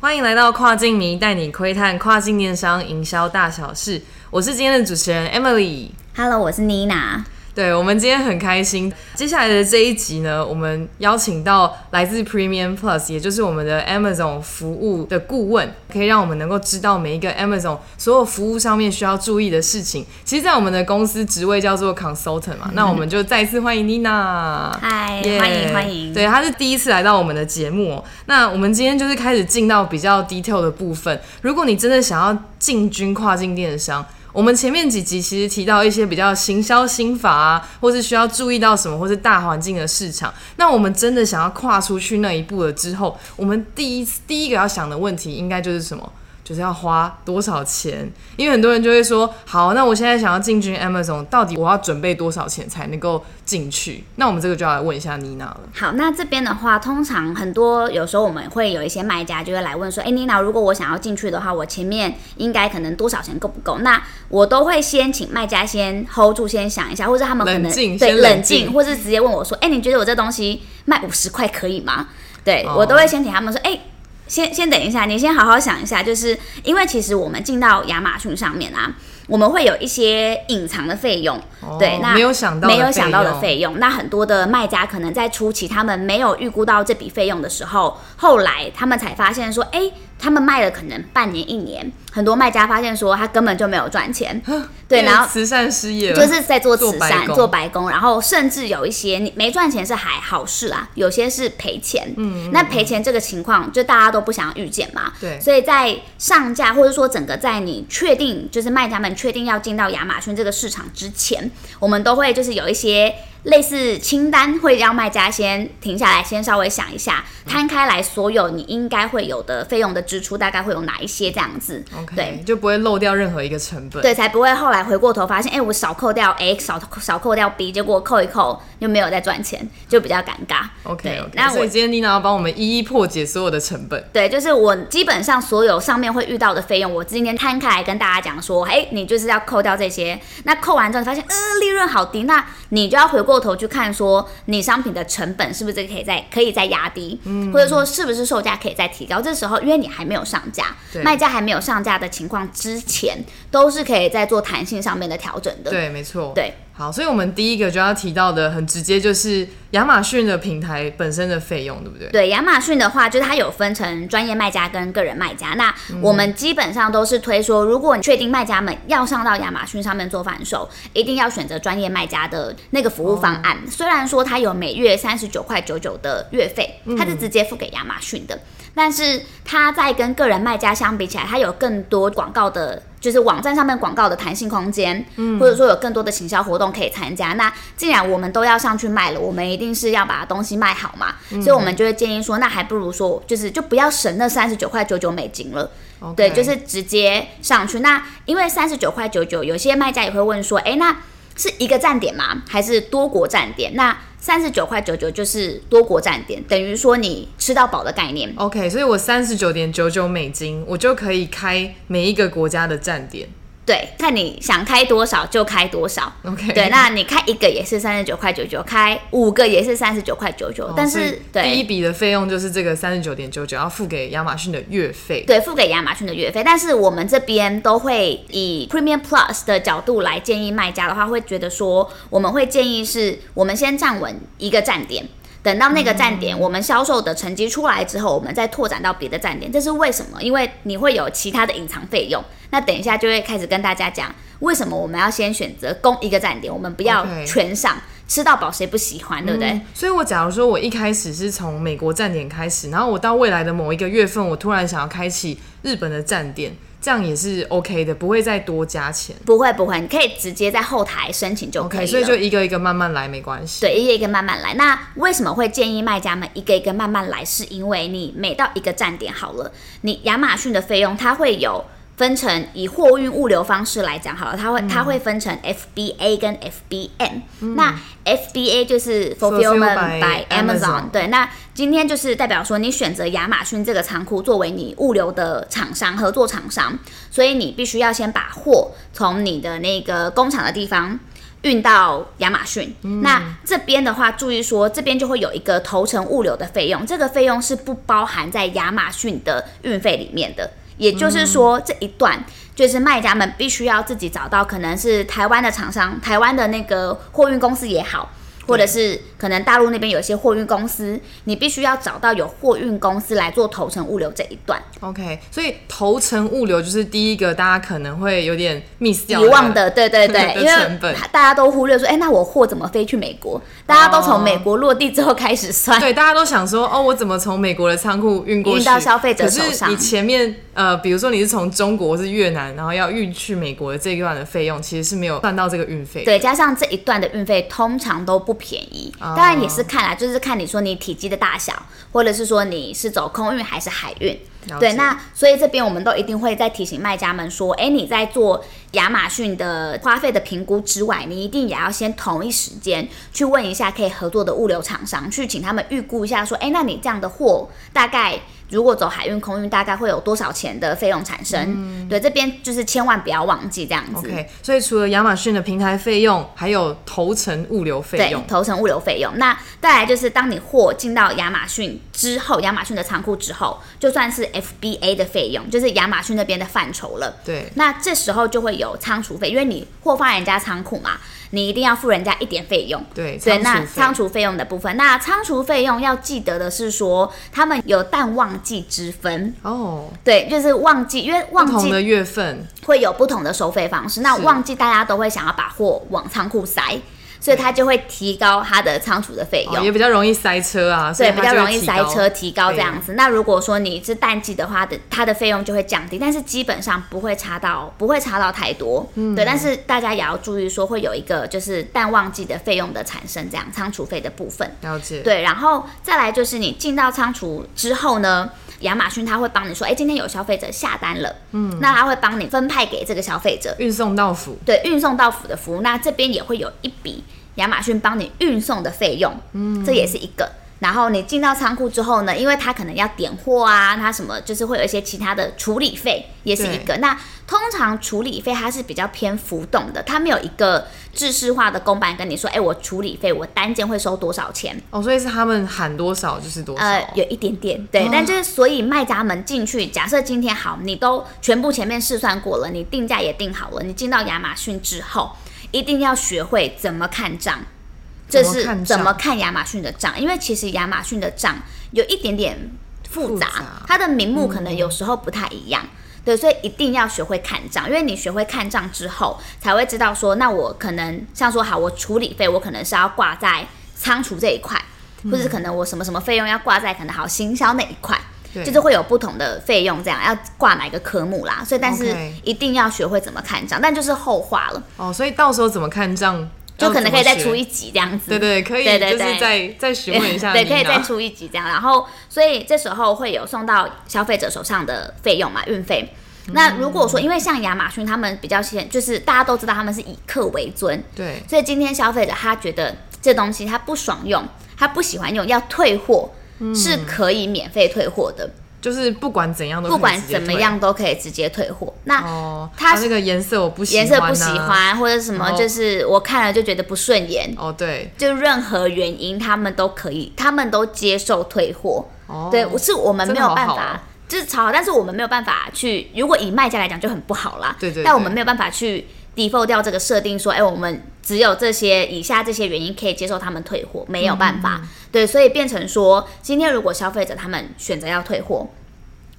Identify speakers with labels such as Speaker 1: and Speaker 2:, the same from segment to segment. Speaker 1: 欢迎来到跨境迷，带你窥探跨境电商营销大小事。我是今天的主持人 Emily。
Speaker 2: Hello，我是妮娜。
Speaker 1: 对，我们今天很开心。接下来的这一集呢，我们邀请到来自 Premium Plus，也就是我们的 Amazon 服务的顾问，可以让我们能够知道每一个 Amazon 所有服务上面需要注意的事情。其实，在我们的公司职位叫做 Consultant 嘛，那我们就再一次欢迎妮娜。
Speaker 2: 嗨
Speaker 1: 耶
Speaker 2: 欢迎欢迎。
Speaker 1: 对，他是第一次来到我们的节目、哦。那我们今天就是开始进到比较 detail 的部分。如果你真的想要进军跨境电商，我们前面几集其实提到一些比较行销心法啊，或是需要注意到什么，或是大环境的市场。那我们真的想要跨出去那一步了之后，我们第一第一个要想的问题应该就是什么？就是要花多少钱？因为很多人就会说，好，那我现在想要进军 Amazon，到底我要准备多少钱才能够进去？那我们这个就要来问一下妮娜了。
Speaker 2: 好，那这边的话，通常很多有时候我们会有一些卖家就会来问说，哎、妮娜，如果我想要进去的话，我前面应该可能多少钱够不够？那我都会先请卖家先 hold 住，先想一下，或者他们可
Speaker 1: 冷
Speaker 2: 能
Speaker 1: 静
Speaker 2: 对
Speaker 1: 先冷
Speaker 2: 冷静，
Speaker 1: 静
Speaker 2: 或是直接问我说，哎、你觉得我这东西卖五十块可以吗？对、
Speaker 1: 哦
Speaker 2: 我都会先请他们说，哎、先先等一下，你先好好想一下，就是因为其实我们进到亚马逊上面啊，我们会有一些隐藏的费用，
Speaker 1: 哦
Speaker 2: 对，那
Speaker 1: 没有想到的
Speaker 2: 没有想到
Speaker 1: 费
Speaker 2: 的
Speaker 1: 用
Speaker 2: 费用，那很多的卖家可能在初期他们没有预估到这笔费用的时候，后来他们才发现说，哎、他们卖了可能半年一年，很多卖家发现说他根本就没有赚钱，对，
Speaker 1: 变
Speaker 2: 然后
Speaker 1: 慈善事业了
Speaker 2: 就是在做
Speaker 1: 做
Speaker 2: 慈
Speaker 1: 白
Speaker 2: 善、
Speaker 1: 工
Speaker 2: 做白工，然后甚至有一些你没赚钱是还好事啊，有些是赔钱。嗯，那赔钱这个情况就大家都不想预见嘛。
Speaker 1: 对
Speaker 2: 所以在上架或者说整个在你确定就是卖家们确定要进到亚马逊这个市场之前，我们都会就是有一些。类似清单会让卖家先停下来，先稍微想一下，
Speaker 1: 嗯
Speaker 2: 摊开来所有你应该会有的费用的支出，大概会有哪一些这样子。
Speaker 1: OK，
Speaker 2: 对，
Speaker 1: 就不会漏掉任何一个成本。，
Speaker 2: 对，才不会后来回过头发现，哎、我少扣掉 A，少少扣掉 B，结果扣一扣又没有再赚钱，就比较尴尬。
Speaker 1: OK，,
Speaker 2: 对
Speaker 1: o k
Speaker 2: 那
Speaker 1: 所
Speaker 2: 我
Speaker 1: 以今天妮娜要帮我们一一破解所有的成本。
Speaker 2: 对，就是我基本上所有上面会遇到的费用，我今天摊开来跟大家讲说，哎、你就是要扣掉这些。那扣完之后，你发现，呃，利润好低，那你就要回过头去看说，你商品的成本是不是可以再可以再压低，
Speaker 1: 嗯
Speaker 2: 或者说是不是售价可以再提高。这时候，因为你还没有上架
Speaker 1: 对，
Speaker 2: 卖家还没有上架的情况之前，都是可以在做弹性上面的调整的。
Speaker 1: 对，没错。
Speaker 2: 对。
Speaker 1: 好，所以我们第一个就要提到的很直接，就是亚马逊的平台本身的费用，对不对？
Speaker 2: 对，亚马逊的话，就是它有分成专业卖家跟个人卖家。那我们基本上都是推说，如果你确定卖家们要上到亚马逊上面做贩售，一定要选择专业卖家的那个服务方案。虽然说它有每月三十九块九九的月费，它是直接付给亚马逊的。但是它在跟个人卖家相比起来，它有更多广告的，就是网站上面广告的弹性空间，或者说有更多的行销活动可以参加。那既然我们都要上去卖了，我们一定是要把东西卖好嘛，所以我们就会建议说，那还不如说，就是就不要省那三十九块九九美金了。
Speaker 1: OK
Speaker 2: 对，就是直接上去。那因为三十九块九九，有些卖家也会问说，诶，那是一个站点吗？还是多国站点？那三十九块九九就是多国站点，等于说你吃到饱的概念。
Speaker 1: OK，所以我三十九点九九美金，我就可以开每一个国家的站点。
Speaker 2: 对，看你想开多少就开多少。
Speaker 1: OK，
Speaker 2: 对，那你开一个也是三十九块九九，开五个也是三十九块九九
Speaker 1: 哦，
Speaker 2: 但
Speaker 1: 所以
Speaker 2: 是
Speaker 1: 第一
Speaker 2: 对
Speaker 1: 笔的费用就是这个三十九点九九要付给亚马逊的月费。
Speaker 2: 对付给亚马逊的月费，但是我们这边都会以 Premium Plus 的角度来建议卖家的话，会觉得说我们会建议是我们先站稳一个站点。等到那个站
Speaker 1: 嗯
Speaker 2: 点，我们销售的成绩出来之后，我们再拓展到别的站点，这是为什么？因为你会有其他的隐藏费用。那等一下就会开始跟大家讲，为什么我们要先选择攻一个站点，我们不要
Speaker 1: OK 嗯
Speaker 2: 全上吃到饱，谁不喜欢，对不对？
Speaker 1: 所以，我假如说我一开始是从美国站点开始，然后我到未来的某一个月份，我突然想要开启日本的站点，这样也是 OK 的，不会再多加钱。
Speaker 2: 不会不会，你可以直接在后台申请就可
Speaker 1: OK，
Speaker 2: 以
Speaker 1: 所以
Speaker 2: 了。
Speaker 1: 就一个一个慢慢来，没关系。
Speaker 2: 对，一个一个慢慢来。那为什么会建议卖家们一个一个慢慢来？是因为你每到一个站点好了，你亚马逊的费用它会有分成，以货运物流方式来讲好了，它会、它会分成 FBA 跟 FBM、那 FBA 就是
Speaker 1: Fulfillment
Speaker 2: Fulfillment
Speaker 1: by
Speaker 2: by
Speaker 1: Amazon
Speaker 2: Amazon，对，那今天就是代表说，你选择亚马逊这个仓库作为你物流的厂商合作厂商，所以你必须要先把货从你的那个工厂的地方运到亚马逊。那这边的话，注意说这边就会有一个头程物流的费用，这个费用是不包含在亚马逊的运费里面的。也就是说，这一段就是卖家们必须要自己找到，可能是台湾的厂商、台湾的那个货运公司也好，或者是可能大陆那边有一些货运公司，你必须要找到有货运公司来做头程物流这一段。
Speaker 1: OK，所以头程物流就是第一个大家可能会有点 miss 掉
Speaker 2: 遗忘的，对对
Speaker 1: 的
Speaker 2: 对，因
Speaker 1: 成
Speaker 2: 为
Speaker 1: 本
Speaker 2: 大家都忽略说，哎、那我货怎么飞去美国？大家都从美国落地之后开始算，
Speaker 1: 哦对，大家都想说哦，我怎么从美国的仓库运 过去，
Speaker 2: 运到消费者手
Speaker 1: 可是
Speaker 2: 上
Speaker 1: 你前面呃，比如说你是从中国或是越南，然后要运去美国的这一段的费用，其实是没有算到这个运费。，
Speaker 2: 对，加上这一段的运费通常都不便宜，
Speaker 1: 哦
Speaker 2: 当然也是看啦，就是看你说你体积的大小，或者是说你是走空运还是海运
Speaker 1: 了。
Speaker 2: 对，
Speaker 1: 解
Speaker 2: 那所以这边我们都一定会在提醒卖家们说，哎，你在做亚马逊的花费的评估之外，你一定也要先同一时间去问一下可以合作的物流厂商，去请他们预估一下，说，哎，那你这样的货大概如果走海运、空运，大概会有多少钱的费用产生？对，这边就是千万不要忘记这样子。
Speaker 1: 嗯 OK，所以除了亚马逊的平台费用，还有头程物流费
Speaker 2: 对
Speaker 1: 用，。
Speaker 2: 头程物流费用。那再来就是，当你货进到亚马逊之后，亚马逊的仓库之后，就算是 FBA 的费用，就是亚马逊那边的范畴了。
Speaker 1: 对，
Speaker 2: 那这时候就会有仓储费，因为你货放人家仓库嘛，你一定要付人家一点费用。
Speaker 1: 对
Speaker 2: 对，
Speaker 1: 仓储
Speaker 2: 那
Speaker 1: 费
Speaker 2: 仓储费用的部分，那仓储费用要记得的是说，他们有淡旺季之分。
Speaker 1: 哦，
Speaker 2: 对，就是旺季，因为
Speaker 1: 不
Speaker 2: 旺
Speaker 1: 同
Speaker 2: 季
Speaker 1: 的月份，
Speaker 2: 会有不同的收费方式。那
Speaker 1: 是
Speaker 2: 旺季大家都会想要把货往仓库塞，所以它就会提高它的仓储的费
Speaker 1: 哦
Speaker 2: 用。
Speaker 1: 也比较容易塞车啊，所以
Speaker 2: 对，
Speaker 1: 它
Speaker 2: 比较
Speaker 1: 就会
Speaker 2: 容易
Speaker 1: 提
Speaker 2: 塞
Speaker 1: 高
Speaker 2: 车，提高
Speaker 1: 费
Speaker 2: 这
Speaker 1: 用
Speaker 2: 样子。那如果说你是淡季的话，它的它的费用就会降低，但是基本上不会差到不会差到太多。
Speaker 1: 嗯
Speaker 2: 对，但是大家也要注意说会有一个就是淡旺季的费用的产生，这样仓储费的部分。
Speaker 1: 了解。
Speaker 2: 对，然后再来就是你进到仓储之后呢，亚马逊它会帮你说，哎，今天有消费者下单了，嗯，那它会帮你分派给这个消费者，
Speaker 1: 运送到府，
Speaker 2: 对，运送到府的服务，那这边也会有一笔亚马逊帮你运送的费用，嗯，这也是一个。然后你进到仓库之后呢，因为它可能要点货啊，它什么就是会有一些其他的处理费，也是一个。那通常处理费它是比较偏浮动的，它没有一个制式化的公版跟你说，哎，我处理费我单件会收多少钱，
Speaker 1: 哦，所以是他们喊多少就是多少。
Speaker 2: 呃，有一点点，对，
Speaker 1: 哦
Speaker 2: 但就是所以卖家们进去，假设今天好，你都全部前面试算过了，你定价也定好了，你进到亚马逊之后，一定要学会怎么看账，这
Speaker 1: 怎么
Speaker 2: 是
Speaker 1: 看账
Speaker 2: 怎么看亚马逊的账，因为其实亚马逊的账有一点点复杂，
Speaker 1: 复杂
Speaker 2: 它的名目可能
Speaker 1: 嗯
Speaker 2: 有时候不太一样。对，所以一定要学会看账，因为你学会看账之后，才会知道说，那我可能像说好，我处理费我可能是要挂在仓储这一块，
Speaker 1: 嗯
Speaker 2: 或者是可能我什么什么费用要挂在可能好行销那一块，
Speaker 1: 对
Speaker 2: 就是会有不同的费用，这样要挂哪个科目啦。所以，但是
Speaker 1: OK
Speaker 2: 一定要学会怎么看账，但就是后话了，
Speaker 1: 哦，所以到时候怎么看账，
Speaker 2: 就可能可以再
Speaker 1: 要怎么学
Speaker 2: 出一集这样子。
Speaker 1: 对对，可以
Speaker 2: 对对
Speaker 1: 就是
Speaker 2: 对
Speaker 1: 再再询问一下 啊
Speaker 2: 对，可以
Speaker 1: 妮娜
Speaker 2: 再出一集这样。然后，所以这时候会有送到消费者手上的费用嘛，运费。
Speaker 1: 嗯
Speaker 2: 那如果说，因为像亚马逊他们比较先，就是大家都知道他们是以客为尊，
Speaker 1: 对
Speaker 2: 所以今天消费者他觉得这东西他不爽用，他不喜欢用，要退货。
Speaker 1: 嗯
Speaker 2: 是可以免费退货的，
Speaker 1: 就是不管怎样都可以
Speaker 2: 不管
Speaker 1: 直接
Speaker 2: 怎么
Speaker 1: 退
Speaker 2: 样都可以直接退货。那
Speaker 1: 哦，
Speaker 2: 它
Speaker 1: 它那个颜色我不喜欢、
Speaker 2: 颜
Speaker 1: 啊，哦
Speaker 2: 色不喜欢或者什么，
Speaker 1: 然后
Speaker 2: 就是我看了就觉得不顺眼，
Speaker 1: 哦，对
Speaker 2: 就任何原因他们都可以，他们都接受退货。
Speaker 1: 哦，
Speaker 2: 对，我是我们没有办
Speaker 1: 真的好好哦
Speaker 2: 法，就是吵，但是我们没有办法去，如果以卖家来讲就很不好啦。
Speaker 1: 对对对
Speaker 2: 但我们没有办法去 default 掉这个设定，说，哎、我们只有这些以下这些原因可以接受他们退货，没有办
Speaker 1: 嗯
Speaker 2: 法。对，所以变成说，今天如果消费者他们选择要退货，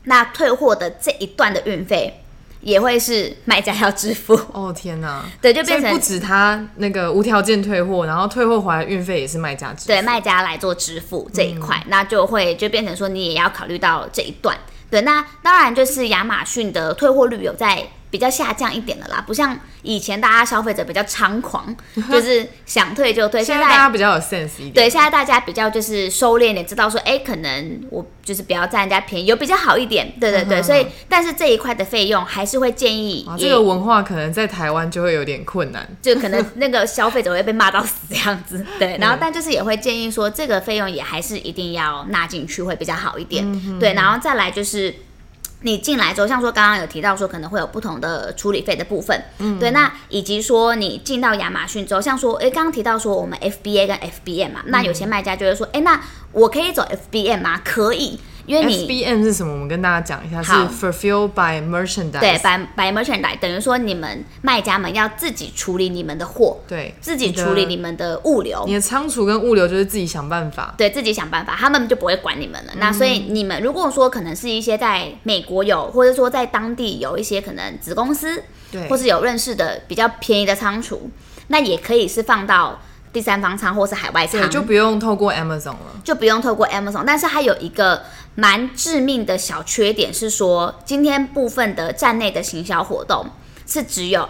Speaker 2: 那退货的这一段的运费也会是卖家要支付。
Speaker 1: 哦天哪，
Speaker 2: 对，就
Speaker 1: 所
Speaker 2: 变
Speaker 1: 以
Speaker 2: 成
Speaker 1: 不止他那个无条件退货，然后退货回来运费也是卖家支付
Speaker 2: 对卖家来做支付这一
Speaker 1: 嗯
Speaker 2: 块，那就会就变成说你也要考虑到这一段。对，那当然就是亚马逊的退货率有在比较下降一点的啦，不像以前大家消费者比较 猖狂，就是想退就退。
Speaker 1: 现
Speaker 2: 现
Speaker 1: 在大家
Speaker 2: 在
Speaker 1: 比较有 sense 一点，
Speaker 2: 对现在大家比较就是收敛一点，知道说哎，可能我就是不要占人家便宜，有比较好一点。对对
Speaker 1: 嗯
Speaker 2: 对，所以但是这一块的费用还是会建议
Speaker 1: 啊，
Speaker 2: 也
Speaker 1: 这个文化可能在台湾就会有点困难。
Speaker 2: 就可能那个消费者会被骂到死这样 子，对。然后但就是也会建议说，嗯这个费用也还是一定要纳进去会比较好一点，对。然后再来就是。你进来之后，像说刚刚有提到说可能会有不同的处理费的部分，嗯，对，那以及说你进到亚马逊之后，像说，诶，刚刚提到说我们 FBA 跟 FBM 嘛，那有些卖家就会说，诶，那我可以走 FBM 吗？可以，因为你
Speaker 1: FBM 是什么？我们跟大家讲一下，是
Speaker 2: 好
Speaker 1: fulfill by merchandise。
Speaker 2: 对 by by merchandise 等于说你们卖家们要自己处理你们的货，
Speaker 1: 对
Speaker 2: 自己处理
Speaker 1: 你
Speaker 2: 你
Speaker 1: 的
Speaker 2: 们的物流
Speaker 1: 你。的仓储跟物流就是自己想办法。
Speaker 2: 对自己想办法，他们就不会管你们了。那
Speaker 1: 嗯
Speaker 2: 所以你们如果说可能是一些在美国有，或者说在当地有一些可能子公司，
Speaker 1: 对，
Speaker 2: 或是有认识的比较便宜的仓储，那也可以是放到第三方仓或是海外
Speaker 1: 对，
Speaker 2: 仓，
Speaker 1: 就不用透过 Amazon 了。
Speaker 2: 就不用透过 Amazon。但是它有一个蛮致命的小缺点是说，今天部分的站内的行销活动是只有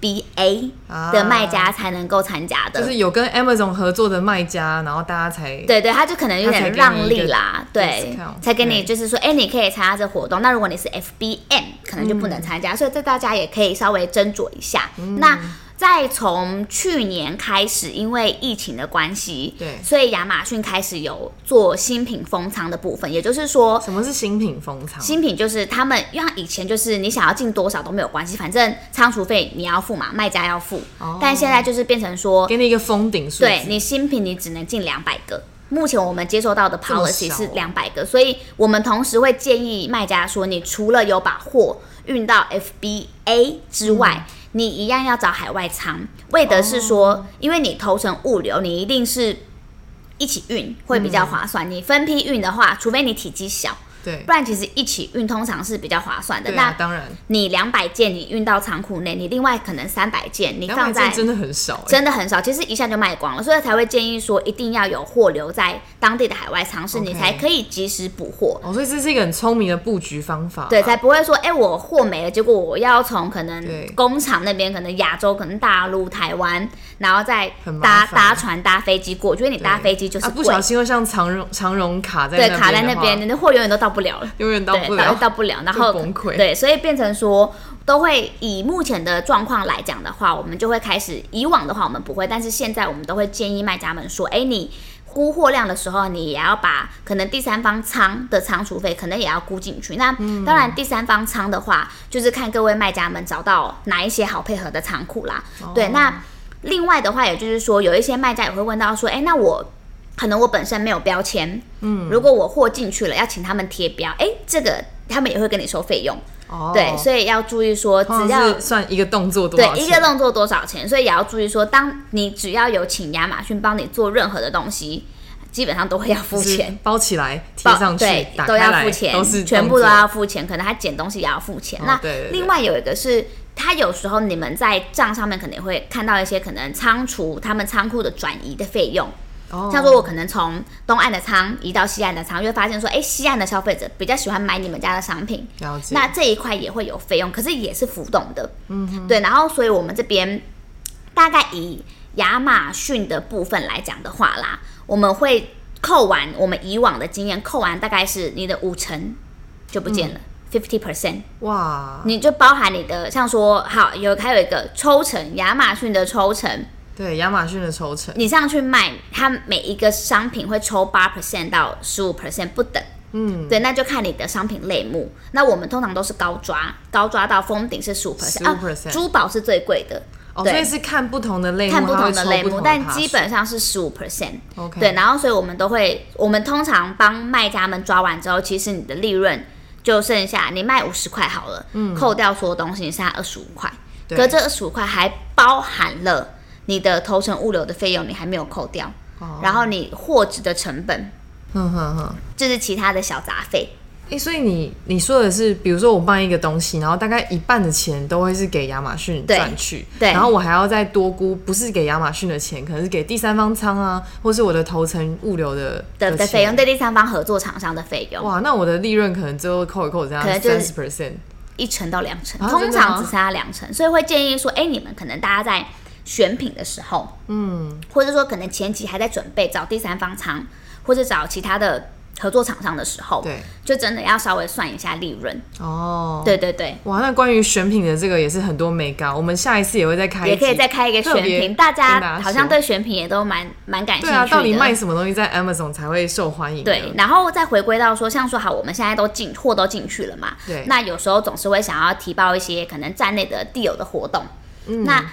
Speaker 2: FBA
Speaker 1: 啊
Speaker 2: 的卖家才能够参加的。
Speaker 1: 就是有跟 Amazon 合作的卖家，然后大家才
Speaker 2: 对对，他就可能有
Speaker 1: 他才
Speaker 2: 点
Speaker 1: 给
Speaker 2: 让
Speaker 1: 你一
Speaker 2: 利
Speaker 1: 个
Speaker 2: 啦，对
Speaker 1: discount，，
Speaker 2: 才给你
Speaker 1: 对
Speaker 2: 就是说，哎，你可以参加这活动。那如果你是 FBM，可能就不
Speaker 1: 嗯
Speaker 2: 能参加，所以这大家也可以稍微斟酌一下。那再从去年开始，因为疫情的关系，
Speaker 1: 对
Speaker 2: 所以亚马逊开始有做新品封仓的部分，也就是说。
Speaker 1: 什么是新品封仓？
Speaker 2: 新品就是他们，因为它以前就是你想要进多少都没有关系，反正仓储费你要付嘛，卖家要付。
Speaker 1: 哦
Speaker 2: 但现在就是变成说，
Speaker 1: 给你一个封顶数字，
Speaker 2: 对你新品你只能进两百个。目前我们接收到的
Speaker 1: 么
Speaker 2: policy
Speaker 1: 少
Speaker 2: 是
Speaker 1: 哦
Speaker 2: 两百个，所以我们同时会建议卖家说，你除了有把货运到 FBA 之外，
Speaker 1: 嗯
Speaker 2: 你一样要找海外仓，为的是说，
Speaker 1: 哦
Speaker 2: 因为你投成物流，你一定是一起运会比较划
Speaker 1: 嗯
Speaker 2: 算。你分批运的话，除非你体积小，
Speaker 1: 对
Speaker 2: 不然其实一起运通常是比较划算的。
Speaker 1: 对
Speaker 2: 那
Speaker 1: 啊，当然，
Speaker 2: 你两百件你运到仓库内，你另外可能三百件你
Speaker 1: 两
Speaker 2: 放
Speaker 1: 百
Speaker 2: 在
Speaker 1: 件真的很少、欸，
Speaker 2: 真的很少，其实一下就卖光了，所以才会建议说一定要有货留在当地的海外仓市，你
Speaker 1: OK
Speaker 2: 才可以及时补货。
Speaker 1: 哦，所以这是一个很聪明的布局方法，
Speaker 2: 对，才不会说，哎、我货没了，结果我要从可能
Speaker 1: 对
Speaker 2: 工厂那边，可能亚洲，可能大陆、台湾，然后再
Speaker 1: 很麻
Speaker 2: 搭
Speaker 1: 烦
Speaker 2: 搭船、搭飞机过去，因为你
Speaker 1: 对
Speaker 2: 搭飞机就是
Speaker 1: 啊，不
Speaker 2: 贵，
Speaker 1: 小心会像长荣长荣卡在
Speaker 2: 对，
Speaker 1: 那
Speaker 2: 卡在那
Speaker 1: 的话
Speaker 2: 边，，你的货永远都到不了了。
Speaker 1: 永远到
Speaker 2: 对，
Speaker 1: 不
Speaker 2: 到
Speaker 1: 了，
Speaker 2: 到不 了，然后
Speaker 1: 崩溃
Speaker 2: 对，所以变成说，都会以目前的状况来讲的话，我们就会开始，以往的话我们不会，但是现在我们都会建议卖家们说，哎，你估货量的时候，你也要把可能第三方仓的仓储费可能也要估进去。那、
Speaker 1: 嗯
Speaker 2: 当然，第三方仓的话，就是看各位卖家们找到哪一些好配合的仓库啦。
Speaker 1: 哦
Speaker 2: 对，那另外的话，也就是说，有一些卖家也会问到说，哎，那我可能我本身没有标签，嗯，如果我货进去了，要请他们贴标，哎，这个他们也会跟你收费用，
Speaker 1: 哦，
Speaker 2: 对，所以要注意说，只
Speaker 1: 通
Speaker 2: 要
Speaker 1: 常是算一个动作多
Speaker 2: 对
Speaker 1: 少
Speaker 2: 一个
Speaker 1: 钱
Speaker 2: 动作多少钱，所以也要注意说，当你只要有请亚马逊帮你做任何的东西，基本上都会要付
Speaker 1: 就是
Speaker 2: 钱。
Speaker 1: 包起来贴上去
Speaker 2: 对，，
Speaker 1: 打
Speaker 2: 都
Speaker 1: 开
Speaker 2: 要
Speaker 1: 来
Speaker 2: 付钱，
Speaker 1: 都是
Speaker 2: 全
Speaker 1: 动
Speaker 2: 部都
Speaker 1: 作
Speaker 2: 要付钱，可能他捡东西也要付钱。
Speaker 1: 哦
Speaker 2: 那
Speaker 1: 对对对
Speaker 2: 另外有一个是。他有时候你们在账上面可能会看到一些可能仓储他们仓库的转移的费用，
Speaker 1: 哦
Speaker 2: 像说我可能从东岸的仓移到西岸的仓，就会发现说，哎，西岸的消费者比较喜欢买你们家的商品，
Speaker 1: 了解，
Speaker 2: 那这一块也会有费用，可是也是浮动的。嗯，对。然后，所以我们这边大概以亚马逊的部分来讲的话啦，我们会扣完我们以往的经验，扣完大概是你的五成就不见了。fifty percent，
Speaker 1: 哇，
Speaker 2: 你就包含你的，像说好有还有一个抽成，亚马逊的抽成，
Speaker 1: 对，亚马逊的抽成，
Speaker 2: 你上去卖，它每一个商品会抽八 percent 到十五 percent 不等。
Speaker 1: 嗯，
Speaker 2: 对，那就看你的商品类目。那我们通常都是高抓，高抓到封顶是十五 percent 啊
Speaker 1: 15%
Speaker 2: 珠宝是最贵的，
Speaker 1: 哦，
Speaker 2: 对
Speaker 1: 所以是看不同的类目，
Speaker 2: 看不
Speaker 1: 它会
Speaker 2: 同的
Speaker 1: 抽
Speaker 2: 类
Speaker 1: 不
Speaker 2: 目，
Speaker 1: 同的
Speaker 2: 但
Speaker 1: 趴
Speaker 2: 基
Speaker 1: 数
Speaker 2: 本上是十五 percent。
Speaker 1: OK
Speaker 2: 对，然后所以我们都会，我们通常帮卖家们抓完之后，其实你的利润就剩下你卖五十块好了，扣掉所有东西，你剩下二十五块。
Speaker 1: 嗯对
Speaker 2: 可这二十五块还包含了你的头程物流的费用，你还没有扣掉，
Speaker 1: 哦
Speaker 2: 然后你货值的成本，
Speaker 1: 哼哼哼。
Speaker 2: 这、是其他的小杂费。
Speaker 1: 哎、所以你你说的是，比如说我卖一个东西，然后大概一半的钱都会是给亚马逊
Speaker 2: 对
Speaker 1: 赚去，
Speaker 2: 对
Speaker 1: 然后我还要再多估，不是给亚马逊的钱，可能是给第三方仓啊，或是我的头层物流的
Speaker 2: 的的
Speaker 1: 的
Speaker 2: 费用，
Speaker 1: 钱。
Speaker 2: 对第三方合作厂商的费用，
Speaker 1: 哇，那我的利润可能最后扣一扣，这样
Speaker 2: 可能就
Speaker 1: 三
Speaker 2: 是
Speaker 1: 十 percent，
Speaker 2: 一成到两成，
Speaker 1: 啊
Speaker 2: 通
Speaker 1: 真的吗
Speaker 2: 常只剩下两成，所以会建议说，哎，你们可能大家在选品的时候，嗯，或者说可能前期还在准备找第三方仓，或者找其他的合作厂商的时候，
Speaker 1: 对，
Speaker 2: 就真的要稍微算一下利润。
Speaker 1: 哦，
Speaker 2: 对对对，
Speaker 1: 哇，那关于选品的这个也是很多美感，我们下一次也会再开一
Speaker 2: 也
Speaker 1: 集，
Speaker 2: 可以再开一个选
Speaker 1: 特别
Speaker 2: 品，大
Speaker 1: 跟大
Speaker 2: 家
Speaker 1: 家
Speaker 2: 好像
Speaker 1: 说
Speaker 2: 对选品也都蛮蛮感兴
Speaker 1: 对
Speaker 2: 趣
Speaker 1: 啊，
Speaker 2: 的。
Speaker 1: 到底卖什么东西在 Amazon 才会受欢迎？
Speaker 2: 对，，然后再回归到说，像说好，我们现在都进货都进去了嘛，
Speaker 1: 对
Speaker 2: 那有时候总是会想要提报一些可能站内的地友的活动，
Speaker 1: 嗯
Speaker 2: 那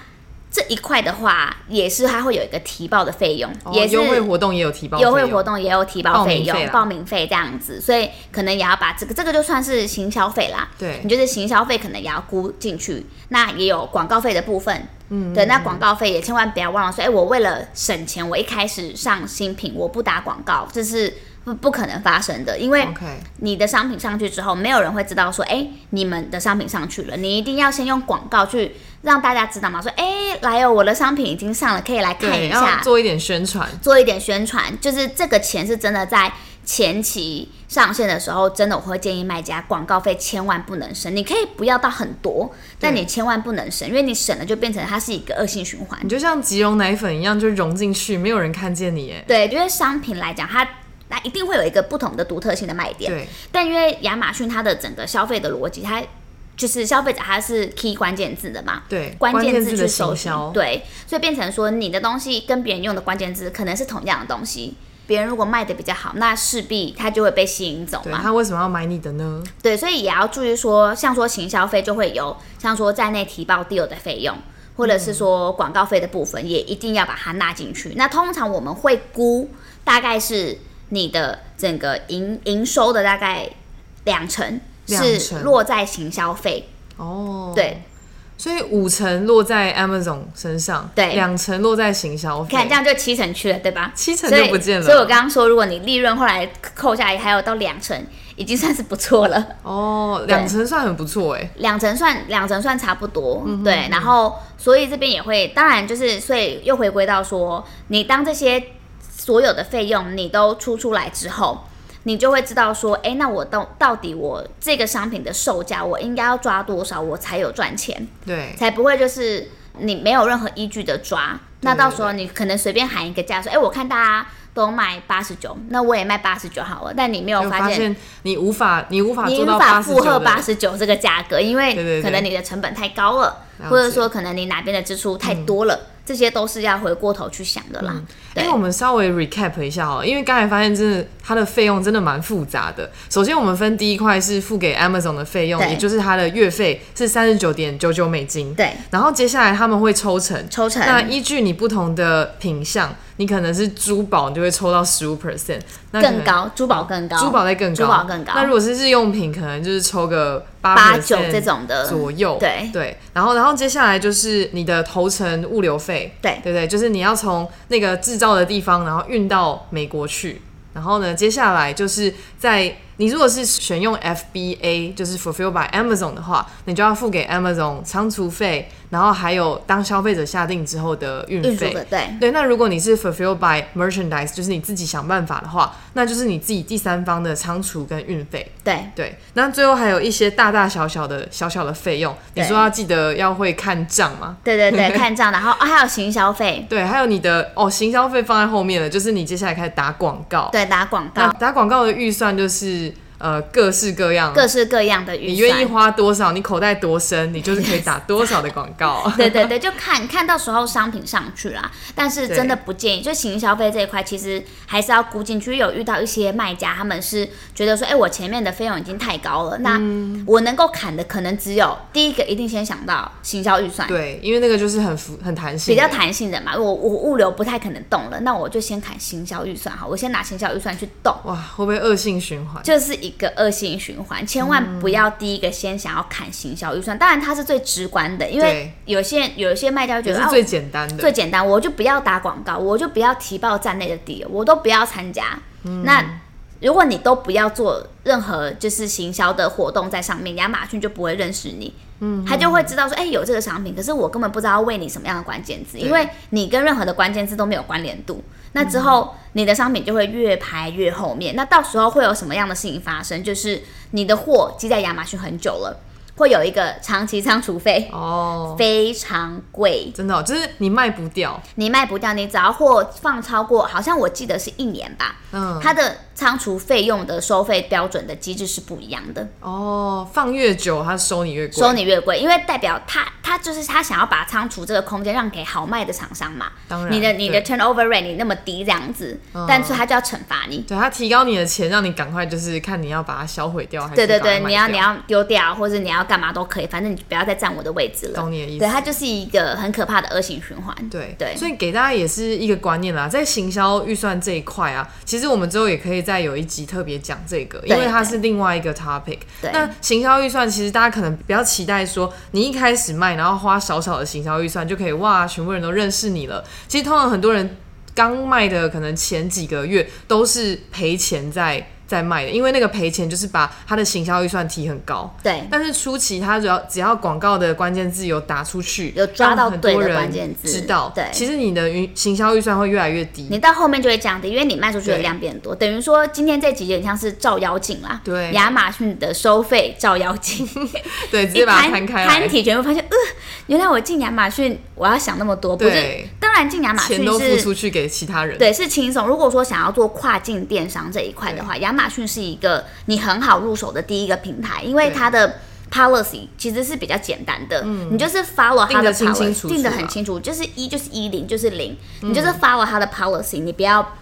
Speaker 2: 这一块的话，也是它会有一个提报的费用，
Speaker 1: 哦
Speaker 2: 也是
Speaker 1: 优惠活动也有提报费
Speaker 2: 优
Speaker 1: 用，
Speaker 2: 惠活动也有提报费
Speaker 1: 报名费
Speaker 2: 用、
Speaker 1: 啦
Speaker 2: 报名费这样子，所以可能也要把这个这个就算是行消费啦。
Speaker 1: 对
Speaker 2: 你就是行销费可能也要估进去，那也有广告费的部分。嗯，对，那广告费也千万不要忘了说，哎、我为了省钱，我一开始上新品我不打广告，这是不不可能发生的，因为
Speaker 1: OK，
Speaker 2: 你的商品上去之后，没有人会知道说，哎、你们的商品上去了，你一定要先用广告去让大家知道嘛，说，哎、来哦，我的商品已经上了，可以来看
Speaker 1: 对，
Speaker 2: 一下
Speaker 1: 要，做一点宣传，
Speaker 2: 做一点宣传，就是这个钱是真的在前期上线的时候，真的我会建议卖家广告费千万不能省，你可以不要到很多，但你千万不能省，因为你省了就变成它是一个恶性循环
Speaker 1: 你。就像即溶奶粉一样，就融进去，没有人看见你，哎，
Speaker 2: 对，因为商品来讲，它那一定会有一个不同的独特性的卖点，
Speaker 1: 对，
Speaker 2: 但因为亚马逊它的整个消费的逻辑，它就是消费者他是 key 关键字的嘛，
Speaker 1: 对
Speaker 2: 关键字
Speaker 1: 关键字的
Speaker 2: 去搜
Speaker 1: 行
Speaker 2: 寻
Speaker 1: 销，
Speaker 2: 对，所以变成说你的东西跟别人用的关键字可能是同样的东西，别人如果卖的比较好，那势必他就会被吸引走
Speaker 1: 对，
Speaker 2: 嘛。
Speaker 1: 他为什么要买你的呢？
Speaker 2: 对，所以也要注意说，像说行销费就会有，像说在内提报 deal 的费用，或者是
Speaker 1: 嗯
Speaker 2: 说广告费的部分，也一定要把它纳进去。那通常我们会估大概是你的整个营营收的大概两成
Speaker 1: 两
Speaker 2: 是
Speaker 1: 成
Speaker 2: 落在行销费，
Speaker 1: 哦，
Speaker 2: 对，
Speaker 1: 所以五成落在 Amazon 身上，
Speaker 2: 对
Speaker 1: 两成落在行销
Speaker 2: 你看
Speaker 1: 费
Speaker 2: 这，样就七成去了，对吧？
Speaker 1: 七成
Speaker 2: 所以
Speaker 1: 就不见了
Speaker 2: 所以我刚刚说，如果你利润后来扣下来还有到两成，已经算是不错了。
Speaker 1: 哦，两成算很不错，哎，
Speaker 2: 两成算两成算差不多，
Speaker 1: 嗯
Speaker 2: 对。然后，所以这边也会，当然就是，所以又回归到说，你当这些所有的费用你都出出来之后，你就会知道说，哎，那我到到底我这个商品的售价，我应该要抓多少，我才有赚钱，
Speaker 1: 对，
Speaker 2: 才不会就是你没有任何依据的抓。那
Speaker 1: 对
Speaker 2: 到时候你可能随便喊一个价，说，哎，我看大家都卖八十九，那我也卖八十九好了，但你没有
Speaker 1: 就
Speaker 2: 发
Speaker 1: 发
Speaker 2: 现
Speaker 1: 现你无法，你无法
Speaker 2: 你
Speaker 1: 做
Speaker 2: 无
Speaker 1: 到
Speaker 2: 法
Speaker 1: 八十
Speaker 2: 负荷
Speaker 1: 九
Speaker 2: 八
Speaker 1: 的，
Speaker 2: 十九这个价格，因
Speaker 1: 对对
Speaker 2: 为
Speaker 1: 对
Speaker 2: 可能你的成本太高了，
Speaker 1: 了
Speaker 2: 或者
Speaker 1: 解嗯
Speaker 2: 说可能你哪边的支出太多了，这些都是要回过头去想的啦。
Speaker 1: 因
Speaker 2: 对
Speaker 1: 哎为我们稍微 recap 一下哦，因为刚才发现真的它的费用真的蛮复杂的。首先，我们分第一块是付给 Amazon 的费用，
Speaker 2: 对
Speaker 1: 也就是它的月费是三十九点九九美金。
Speaker 2: 对，
Speaker 1: 然后接下来他们会抽成，
Speaker 2: 抽成
Speaker 1: 那依据你不同的品项，你可能是珠宝，你就会抽到十五 percent，那可能
Speaker 2: 更。高，珠宝更高，
Speaker 1: 珠宝再更高，
Speaker 2: 珠宝更高
Speaker 1: 那如果是日用品，可能就是抽个八
Speaker 2: 八九这种的
Speaker 1: 左右。
Speaker 2: 嗯对
Speaker 1: 对，然后然后接下来就是你的头程物流费，
Speaker 2: 对
Speaker 1: 对不对？就是你要从那个制造的地方，然后运到美国去。然后呢，接下来就是在你如果是选用 FBA，就是 Fulfill by Amazon 的话，你就要付给 Amazon 仓储费，然后还有当消费者下定之后的运
Speaker 2: 运输
Speaker 1: 费。
Speaker 2: 的对。
Speaker 1: 对，那如果你是 fulfill by merchandise，就是你自己想办法的话，那就是你自己第三方的仓储跟运费。
Speaker 2: 对
Speaker 1: 对，那最后还有一些大大小小的小小的费用，你
Speaker 2: 对
Speaker 1: 说要记得要会看账嘛。
Speaker 2: 对 对对，看账，然后啊还有行销费，
Speaker 1: 对，还有你的哦，行销费放在后面了，就是你接下来开始打广告。
Speaker 2: 对打广
Speaker 1: 那
Speaker 2: 告，
Speaker 1: 打广告的预算就是呃各式各样，
Speaker 2: 各式各样的预
Speaker 1: 你
Speaker 2: 算。
Speaker 1: 愿意花多少，你口袋多深，你就是可 以打多少的广告。
Speaker 2: 对对对，就看看到时候商品上去啦，但是真的不建议，就行消费这一块，其实还是要估进去。有遇到一些卖家，他们是觉得说，哎、我前面的费用已经太高了，那
Speaker 1: 嗯
Speaker 2: 我能够砍的可能只有第一个，一定先想到行销预算，
Speaker 1: 对，因为那个就是很浮很弹性
Speaker 2: 比
Speaker 1: 的，
Speaker 2: 较弹性的嘛。我我物流不太可能动了，那我就先砍行销预算好，我先拿行销预算去动。
Speaker 1: 哇，会不会恶性循环？
Speaker 2: 就是一个恶性循环，千万不
Speaker 1: 嗯
Speaker 2: 要第一个先想要砍行销预算。当然，它是最直观的，因为
Speaker 1: 对
Speaker 2: 有些人有一些卖家会觉
Speaker 1: 也
Speaker 2: 得
Speaker 1: 是
Speaker 2: 啊
Speaker 1: 最简单的。
Speaker 2: 最简单，我就不要打广告，我就不要提报站内的底，我都不要参加。那如果你都不要做任何就是行销的活动在上面，亚马逊就不会认识你，嗯，他就会知道说，哎、有这个商品，可是我根本不知道为你什么样的关键字，因为你跟任何的关键字都没有关联度。那之后，你的商品就会越排越后面。那到时候会有什么样的事情发生？就是你的货积在亚马逊很久了，会有一个长期仓储费，
Speaker 1: 哦，
Speaker 2: 非常贵。
Speaker 1: 真的、哦，就是你卖不掉，
Speaker 2: 你卖不掉，你只要货放超过，好像我记得是一年吧，
Speaker 1: 嗯，
Speaker 2: 它的仓储费用的收费标准的机制是不一样的，
Speaker 1: 哦，放越久它收你越贵，
Speaker 2: 收你越贵，因为代表他他就是他想要把仓储这个空间让给好卖的厂商嘛。
Speaker 1: 当然
Speaker 2: 你的你的
Speaker 1: 对嗯
Speaker 2: turnover rate 你那么低这样子，但是他就要惩罚你。
Speaker 1: 对它提高你的钱，让你赶快就是看你要把它销毁掉还是
Speaker 2: 对对
Speaker 1: 把它
Speaker 2: 对，
Speaker 1: 卖
Speaker 2: 你要
Speaker 1: 掉
Speaker 2: 你要丢掉，或者你要干嘛都可以，反正你不要再占我的位置了。
Speaker 1: 懂你的意思
Speaker 2: 对，它就是一个很可怕的恶性循环。
Speaker 1: 对
Speaker 2: 对
Speaker 1: 所以给大家也是一个观念啦，在行销预算这一块啊，其实我们之后也可以再有一集特别讲这个，因为它是另外一个 topic。
Speaker 2: 对
Speaker 1: 那行销预算其实大家可能不要期待说你一开始卖，然后花少少的行销预算就可以哇，全部人都认识你了。其实通常很多人刚卖的可能前几个月都是赔钱在。在卖的，因为那个赔钱就是把他的行销预算提很高，
Speaker 2: 对，
Speaker 1: 但是初期他只要只要广告的关键字有打出去，
Speaker 2: 有抓
Speaker 1: 让
Speaker 2: 到
Speaker 1: 很
Speaker 2: 对
Speaker 1: 多
Speaker 2: 的
Speaker 1: 人
Speaker 2: 关键字
Speaker 1: 知道
Speaker 2: 对
Speaker 1: 其实你的预行销预算会越来越低。
Speaker 2: 你到后面就会降低，因为你卖出去的
Speaker 1: 对
Speaker 2: 量变多，等于说今天这集有点像是照妖镜啦。
Speaker 1: 对
Speaker 2: 亚马逊的收费照妖镜，
Speaker 1: 对，直
Speaker 2: 一
Speaker 1: 接把它
Speaker 2: 摊
Speaker 1: 摊开来，
Speaker 2: 体全部发现，呃，原来我进亚马逊我要想那么多，不是？
Speaker 1: 对，
Speaker 2: 当然进亚马逊
Speaker 1: 钱都付
Speaker 2: 是
Speaker 1: 出去给其他人。
Speaker 2: 对是轻松。如果说想要做跨境电商这一块的话，亚马逊是一个你很好入手的第一个平台，因为
Speaker 1: 对嗯
Speaker 2: 它的。policy 其实是比较简单的，你就是 follow 它
Speaker 1: 定
Speaker 2: 的
Speaker 1: 得
Speaker 2: policy，
Speaker 1: 清清楚楚
Speaker 2: 定得
Speaker 1: 啦嗯
Speaker 2: 很清楚，就是一就是一零就是零，你就是 follow 它的 policy，你不要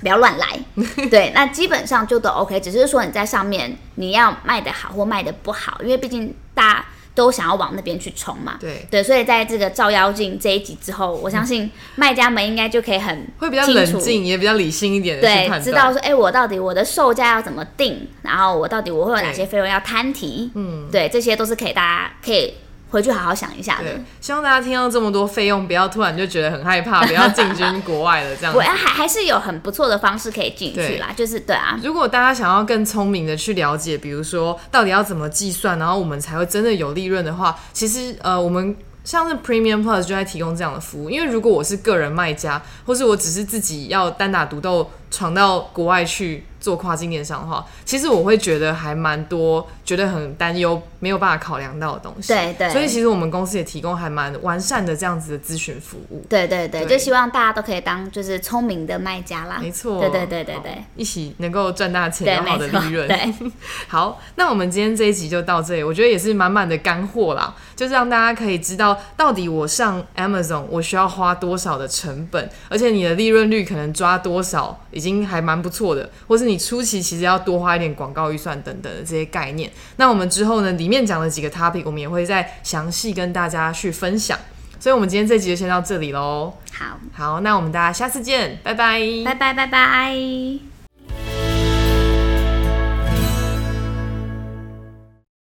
Speaker 2: 不要乱来， 对，那基本上就都 OK，只是说你在上面你要卖的好或卖的不好，因为毕竟大家都想要往那边去冲嘛。
Speaker 1: 对
Speaker 2: 对，所以在这个照妖镜这一集之后，我相信卖家们应该就可以很
Speaker 1: 会比较
Speaker 2: 清楚
Speaker 1: 冷静，也比较理性一点的去
Speaker 2: 对，
Speaker 1: 判
Speaker 2: 知
Speaker 1: 断。
Speaker 2: 道说，哎、我到底我的售价要怎么定，然后我到底我会有哪些费用要摊提，嗯，对，这些都是可以大家可以回去好好想一下的
Speaker 1: 对。，希望大家听到这么多费用，不要突然就觉得很害怕，不要进军国外了这样
Speaker 2: 我
Speaker 1: 子。
Speaker 2: 还还是有很不错的方式可以进去
Speaker 1: 对
Speaker 2: 啦，就是对啊，
Speaker 1: 如果大家想要更聪明的去了解，比如说到底要怎么计算，然后我们才会真的有利润的话，其实呃，我们像是 Premium Plus 就在提供这样的服务。因为如果我是个人卖家，或是我只是自己要单打独斗闯到国外去做跨境电商的话，其实我会觉得还蛮多，觉得很担忧，没有办法考量到的东西。
Speaker 2: 对对
Speaker 1: 所以其实我们公司也提供还蛮完善的这样子的咨询服务。
Speaker 2: 对对对，
Speaker 1: 对
Speaker 2: 就希望大家都可以当就是聪明的卖家啦。
Speaker 1: 没错，
Speaker 2: 啊对对对对
Speaker 1: 好
Speaker 2: 对，
Speaker 1: 一起能够赚大钱，
Speaker 2: 对，
Speaker 1: 有好的
Speaker 2: 没错，
Speaker 1: 利润。
Speaker 2: 对，
Speaker 1: 好，那我们今天这一集就到这里，我觉得也是满满的干货啦，就是让大家可以知道到底我上 Amazon 我需要花多少的成本，而且你的利润率可能抓多少，已经还蛮不错的，或是你初期其实要多花一点广告预算等等的这些概念。那我们之后呢，里面讲的几个 topic，我们也会再详细跟大家去分享。所以，我们今天这集就先到这里喽。
Speaker 2: 好，
Speaker 1: 好，那我们大家下次见，拜拜。
Speaker 2: 拜拜拜拜。